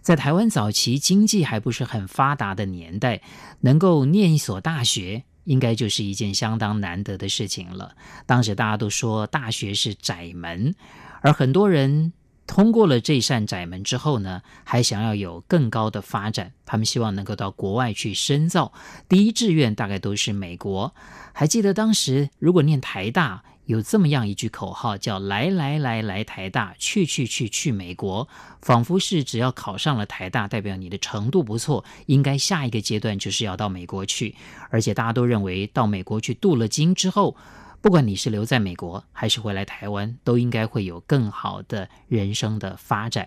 在台湾早期经济还不是很发达的年代，能够念一所大学，应该就是一件相当难得的事情了。当时大家都说大学是窄门，而很多人通过了这扇窄门之后呢，还想要有更高的发展，他们希望能够到国外去深造。第一志愿大概都是美国。还记得当时如果念台大。有这么样一句口号，叫“来来来来台大，去去去去美国”，仿佛是只要考上了台大，代表你的程度不错，应该下一个阶段就是要到美国去。而且大家都认为，到美国去镀了金之后，不管你是留在美国还是回来台湾，都应该会有更好的人生的发展。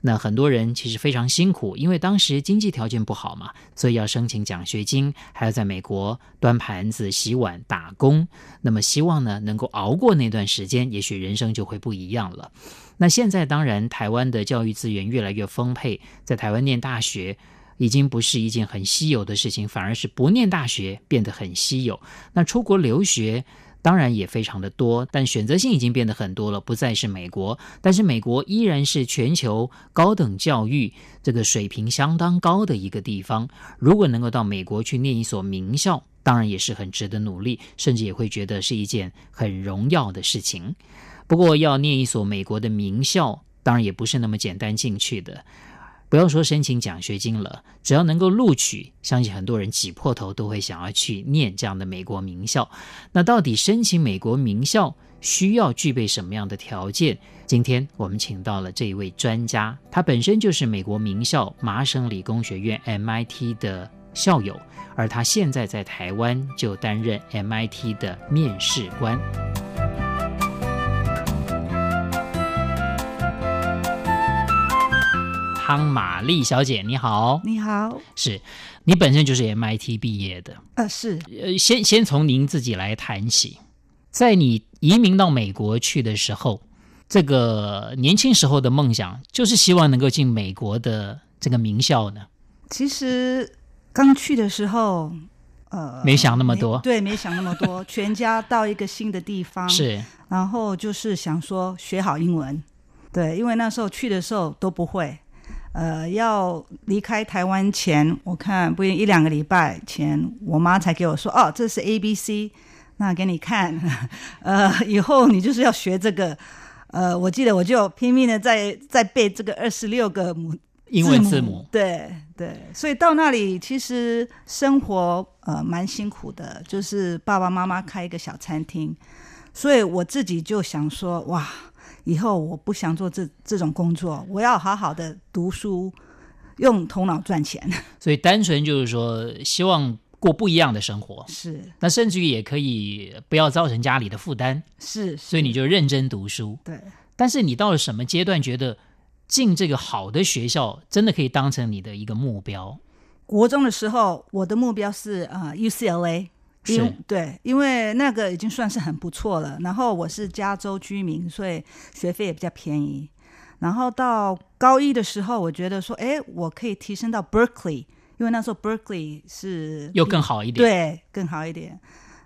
那很多人其实非常辛苦，因为当时经济条件不好嘛，所以要申请奖学金，还要在美国端盘子、洗碗、打工。那么希望呢，能够熬过那段时间，也许人生就会不一样了。那现在当然，台湾的教育资源越来越丰沛，在台湾念大学。已经不是一件很稀有的事情，反而是不念大学变得很稀有。那出国留学。当然也非常的多，但选择性已经变得很多了，不再是美国。但是美国依然是全球高等教育这个水平相当高的一个地方。如果能够到美国去念一所名校，当然也是很值得努力，甚至也会觉得是一件很荣耀的事情。不过要念一所美国的名校，当然也不是那么简单进去的。不要说申请奖学金了，只要能够录取，相信很多人挤破头都会想要去念这样的美国名校。那到底申请美国名校需要具备什么样的条件？今天我们请到了这一位专家，他本身就是美国名校麻省理工学院 （MIT） 的校友，而他现在在台湾就担任 MIT 的面试官。汤玛丽小姐，你好，你好，是你本身就是 MIT 毕业的，呃，是呃，先先从您自己来谈起，在你移民到美国去的时候，这个年轻时候的梦想就是希望能够进美国的这个名校呢，其实刚去的时候，呃，没想那么多没对，啊没想那么 多，全家到一个新的地方，是然后就是想说学好英文，对，因为那时候去的时候都不会，呃，要离开台湾前，我看不一一两个礼拜前，我妈才给我说，哦，这是 A B C，那给你看， 呃，以后你就是要学这个。呃，我记得我就拼命的在在背这个二十六个母英文字母，对对，所以到那里其实生活呃蛮辛苦的，就是爸爸妈妈开一个小餐厅，所以我自己就想说，哇，以后我不想做这这种工作，我要好好的读书，用头脑赚钱。 所以单纯就是说希望过不一样的生活，是那甚至于也可以不要造成家里的负担，是，所以你就认真读书。对但是你到了什么阶段觉得？进这个好的学校，真的可以当成你的一个目标。国中的时候，我的目标是呃 UCLA。是因对，因为那个已经算是很不错了。然后我是加州居民，所以学费也比较便宜。然后到高一的时候，我觉得说，哎，我可以提升到 Berkeley，因为那时候 Berkeley 是又更好一点。对更好一点。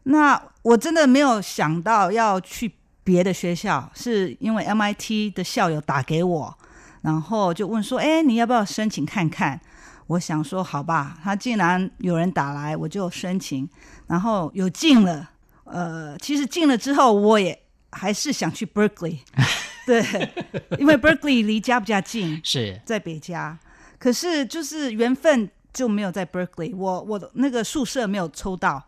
那我真的没有想到要去别的学校，是因为 MIT 的校友打给我，然后就问说，哎，你要不要申请看看？我想说，好吧，他既然有人打来，我就申请。然后有进了，呃，其实进了之后，我也还是想去 Berkeley，对， 因为 Berkeley 离家比较近，是在北加，可是就是缘分就没有在 Berkeley，我我的那个宿舍没有抽到，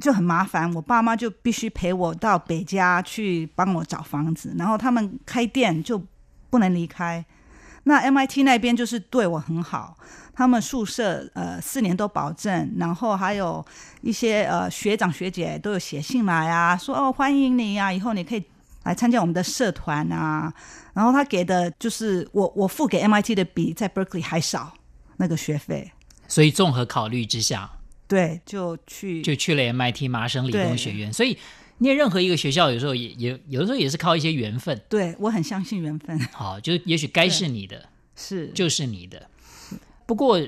就很麻烦，我爸妈就必须陪我到北加去帮我找房子，然后他们开店就不能离开。那 MIT 那边就是对我很好，他们宿舍呃四年都保证，然后还有一些呃学长学姐都有写信来啊，说哦欢迎你啊，以后你可以来参加我们的社团啊，然后他给的就是我我付给 MIT 的比在 Berkeley 还少那个学费，所以综合考虑之下，对，就去就去了 MIT 麻省理工对学院。所以念任何一个学校，有时候也也有的时候也是靠一些缘分。对我很相信缘分，好，就是也许该是你的，是 就是你的。不过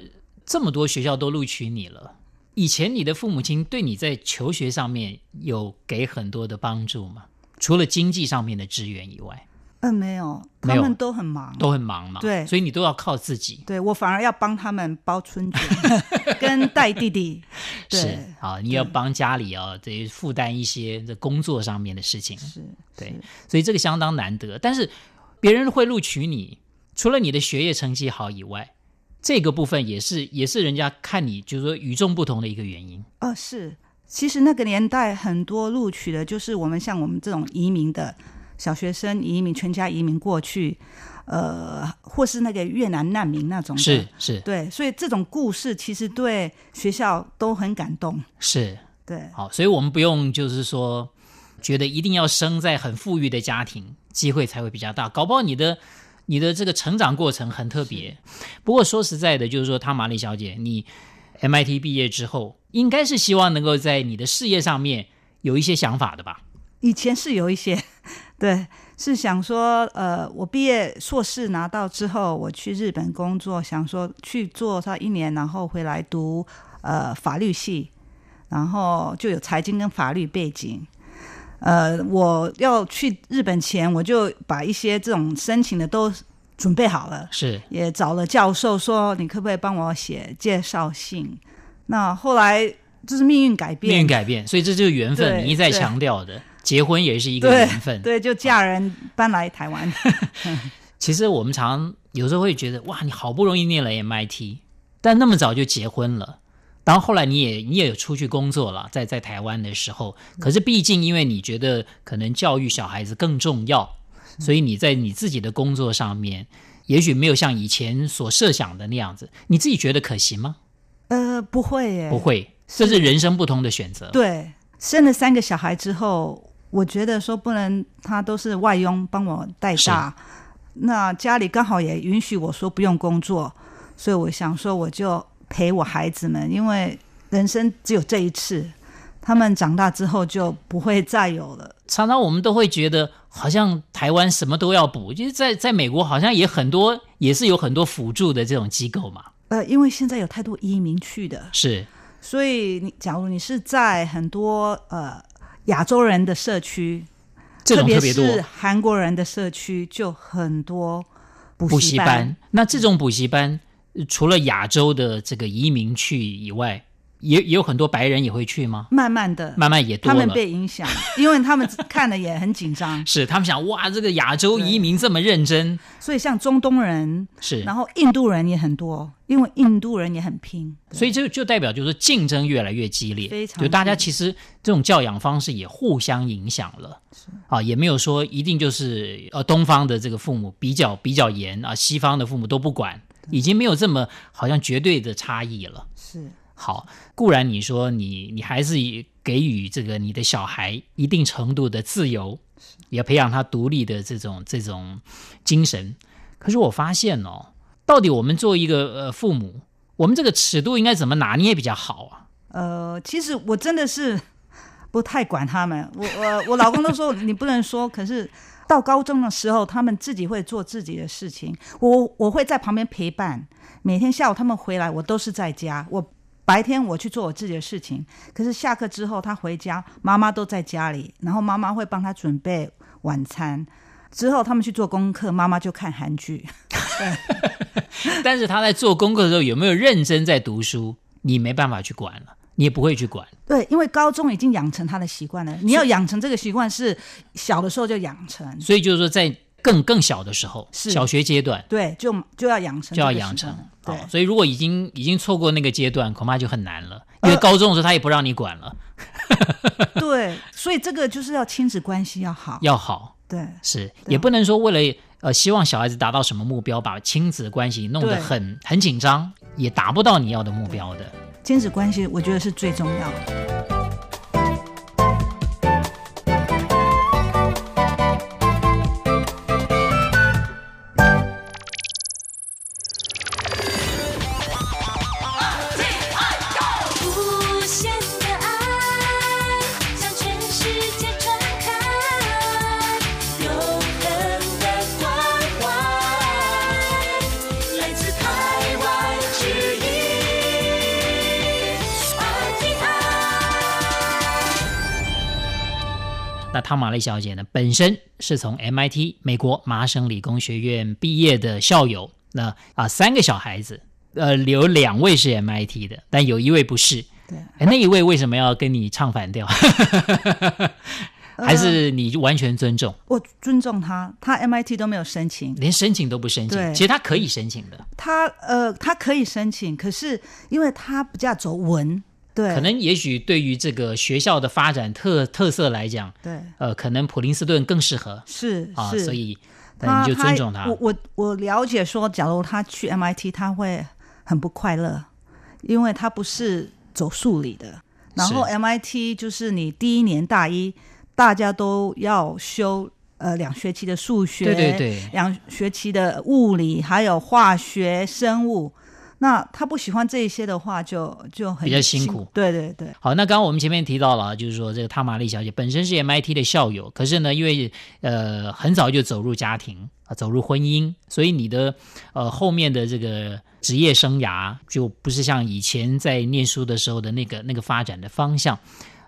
这么多学校都录取你了，以前你的父母亲对你在求学上面有给很多的帮助吗？除了经济上面的支援以外，嗯没有，没他有们都很忙，都很忙嘛，嗯对所以你都要靠自己。对我反而要帮他们包 春卷跟带弟弟，是对，好，你要帮家里哦，得负担一些这工作上面的事情，是，对，所以这个相当难得。但是别人会录取你，除了你的学业成绩好以外，这个部分也是也是人家看你就是说与众不同的一个原因。哦是，其实那个年代很多录取的，就是我们像我们这种移民的小学生移民，全家移民过去，呃，或是那个越南难民那种的是是对，所以这种故事其实对学校都很感动。是，对，好，所以我们不用就是说觉得一定要生在很富裕的家庭，机会才会比较大。搞不好你的你的这个成长过程很特别。不过说实在的，就是说汤玛丽小姐，你 MIT 毕业之后，应该是希望能够在你的事业上面有一些想法的吧？以前是有一些，对，是想说，呃，我毕业硕士拿到之后，我去日本工作，想说去做他一年，然后回来读呃法律系，然后就有财经跟法律背景。呃，我要去日本前，我就把一些这种申请的都准备好了。是也找了教授说，你可不可以帮我写介绍信？那后来就是命运改变，命运改变，所以这就是缘分。对你一再对强调的，结婚也是一个对缘分。对，就嫁人搬来台湾， 其实我们常有时候会觉得，哇，你好不容易念了 MIT，但那么早就结婚了，然后后来你也你也有出去工作了，在在台湾的时候，嗯可是毕竟因为你觉得可能教育小孩子更重要，嗯所以你在你自己的工作上面，也许没有像以前所设想的那样子，你自己觉得可行吗？呃，不会耶，不，会，这是人生不同的选择。对，生了三个小孩之后，我觉得说不能，他都是外佣帮我带大，那家里刚好也允许我说不用工作，所以我想说我就陪我孩子们，因为人生只有这一次，他们长大之后就不会再有了。常常我们都会觉得，好像台湾什么都要补，就是在在美国好像也很多也是有很多辅助的这种机构嘛，呃，因为现在有太多移民去的，是。所以你假如你是在很多呃亚洲人的社区，这种特别别多是韩国人的社区，就很多补补习习班。那这种补习班，呃除了亚洲的这个移民去以外，也也有很多白人也会去吗？慢慢的，慢慢也多他们了。被影响，因 为他们看的也很紧张，是，他们想哇，这个亚洲移民这么认真，所以像中东人，是，然后印度人也很多，因为印度人也很拼，所以就就代表就是说竞争越来越激烈，非常就大家激烈其实这种教养方式也互相影响了，啊，也没有说一定就是呃东方的这个父母比较比较严啊，西方的父母都不管，已经没有这么好像绝对的差异了。是好，固然你说你你还是以给予这个你的小孩一定程度的自由，也培养他独立的这种这种精神。可是我发现哦，到底我们作为一个呃父母，我们这个尺度应该怎么拿捏比较好啊？呃，其实我真的是不太管他们，我我我老公都说你不能说，可是到高中的时候，他们自己会做自己的事情，我我会在旁边陪伴，每天下午他们回来，我都是在家，我。白天我去做我自己的事情，可是下课之后他回家，妈妈都在家里，然后妈妈会帮他准备晚餐，之后他们去做功课，妈妈就看韩剧。但是他在做功课的时候有没有认真在读书，你没办法去管了，你也不会去管。对，因为高中已经养成他的习惯了，你要养成这个习惯是小的时候就养成。所以就是说，在更更小的时候，是小学阶段对，就就要养成，就要养成。对，哦所以如果已经已经错过那个阶段，恐怕就很难了，因为高中的时候他也不让你管了。对，所以这个就是要亲子关系要好，要好，对，是对也不能说为了呃希望小孩子达到什么目标，把亲子关系弄得对很很紧张，也达不到你要的目标的。亲子关系我觉得是最重要的。那汤玛丽小姐呢，本身是从 MIT 美国麻省理工学院毕业的校友，那啊、三个小孩子，呃，有两位是 MIT 的，但有一位不是。对哎，那一位为什么要跟你唱反调？ 还呃是你完全尊重，我尊重他，他 MIT 都没有申请，连申请都不申请？对其实他可以申请的，他呃，他可以申请，可是因为他比较走文，对，可能也许对于这个学校的发展特特色来讲，对呃，可能普林斯顿更适合是啊，是，所以那他你就尊重他他。我我我了解说，假如他去 MIT，他会很不快乐，因为他不是走数理的。然后 MIT 就是你第一年大一，大家都要修呃两学期的数学，对对，对，两学期的物理还有化学、生物。那他不喜欢这一些的话就，就很比较辛苦对对对，好，那刚刚我们前面提到了啊，就是说这个汤玛丽小姐本身是 MIT 的校友，可是呢，因为呃很早就走入家庭啊，走入婚姻，所以你的呃后面的这个职业生涯就不是像以前在念书的时候的那个那个发展的方向。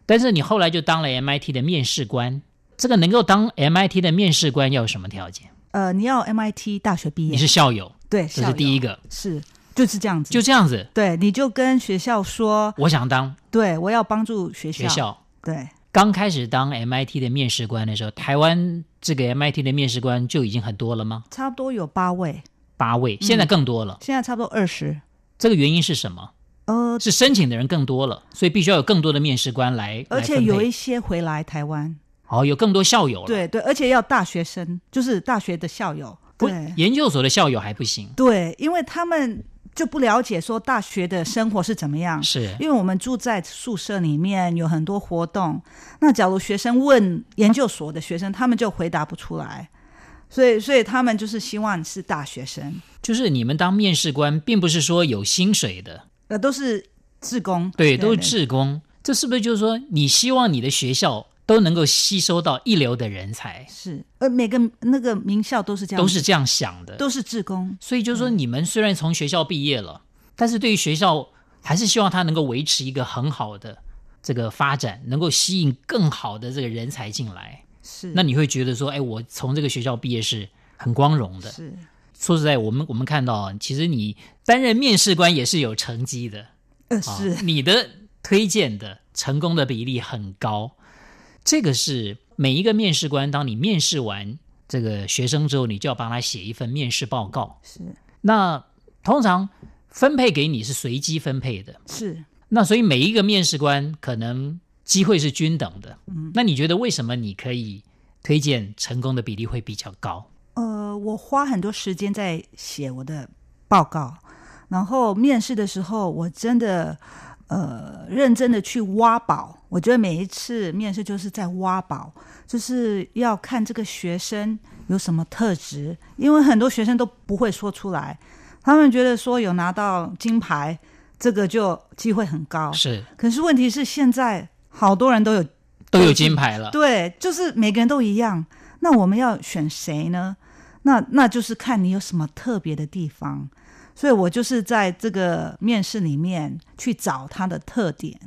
但是你后来就当了 MIT 的面试官，这个能够当 MIT 的面试官要有什么条件？呃，你要 MIT 大学毕业，你是校友，对，这是第一个，个，是就是这样子，就这样子。对，你就跟学校说，我想当对，我要帮助学校。学校对，刚开始当 MIT 的面试官的时候，台湾这个 MIT 的面试官就已经很多了吗？差不多有八位，八嗯位，现在更多了。现在差不多二十。这个原因是什么？呃，是申请的人更多了，所以必须要有更多的面试官来，而且来分配有一些回来台湾，哦，有更多校友了。，对对，而且要大学生，就是大学的校友。不对，研究所的校友还不行，对，因为他们就不了解说大学的生活是怎么样。是因为我们住在宿舍里面，有很多活动。那假如学生问研究所的学生，他们就回答不出来，所以所以他们就是希望是大学生，就是你们当面试官，并不是说有薪水的，呃，都是志工，对，都是对志工。这是不是就是说，你希望你的学校都能够吸收到一流的人才，是，呃，每个那个名校都是这样，都是这样想的？都是志工，所以就是嗯说，你们虽然从学校毕业了，但是对于学校还是希望它能够维持一个很好的这个发展，能够吸引更好的这个人才进来。是那你会觉得说，哎，我从这个学校毕业是很光荣的。是说实在，我们我们看到啊，其实你担任面试官也是有成绩的，呃啊是你的推荐的成功的比例很高。这个是每一个面试官，当你面试完这个学生之后，你就要帮他写一份面试报告。是那通常分配给你是随机分配的，是，那所以每一个面试官可能机会是均等的。嗯，那你觉得为什么你可以推荐成功的比例会比较高？呃，我花很多时间在写我的报告，然后面试的时候，我真的呃认真的去挖宝。我觉得每一次面试就是在挖宝，就是要看这个学生有什么特质，因为很多学生都不会说出来，他们觉得说有拿到金牌，这个就机会很高。是可是问题是，现在好多人都有，都有金牌了，对，就是每个人都一样。那我们要选谁呢？那那就是看你有什么特别的地方。所以我就是在这个面试里面去找他的特点。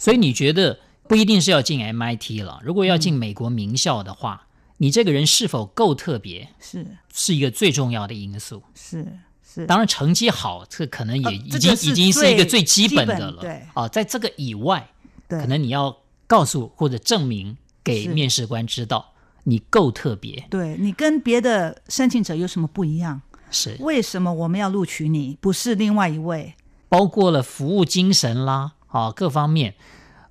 所以你觉得不一定是要进 MIT 了，如果要进美国名校的嗯话，你这个人是否够特别？是是一个最重要的因素，是是，当然成绩好，这可能也呃已这经、个是已经是最一个最基本基的本了。对啊，在这个以外，对可能你要告诉或者证明给是面试官知道你够特别，对你跟别的申请者有什么不一样？是为什么我们要录取你，不是另外一位？包括了服务精神啦，啊，各方面，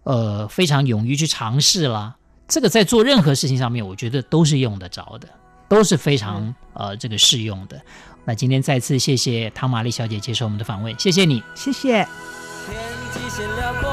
呃，非常勇于去尝试啦，这个在做任何事情上面，我觉得都是用得着的，都是非常、呃这个适用的。那今天再次谢谢汤玛丽小姐接受我们的访问，谢谢你。谢谢。天际线辽阔，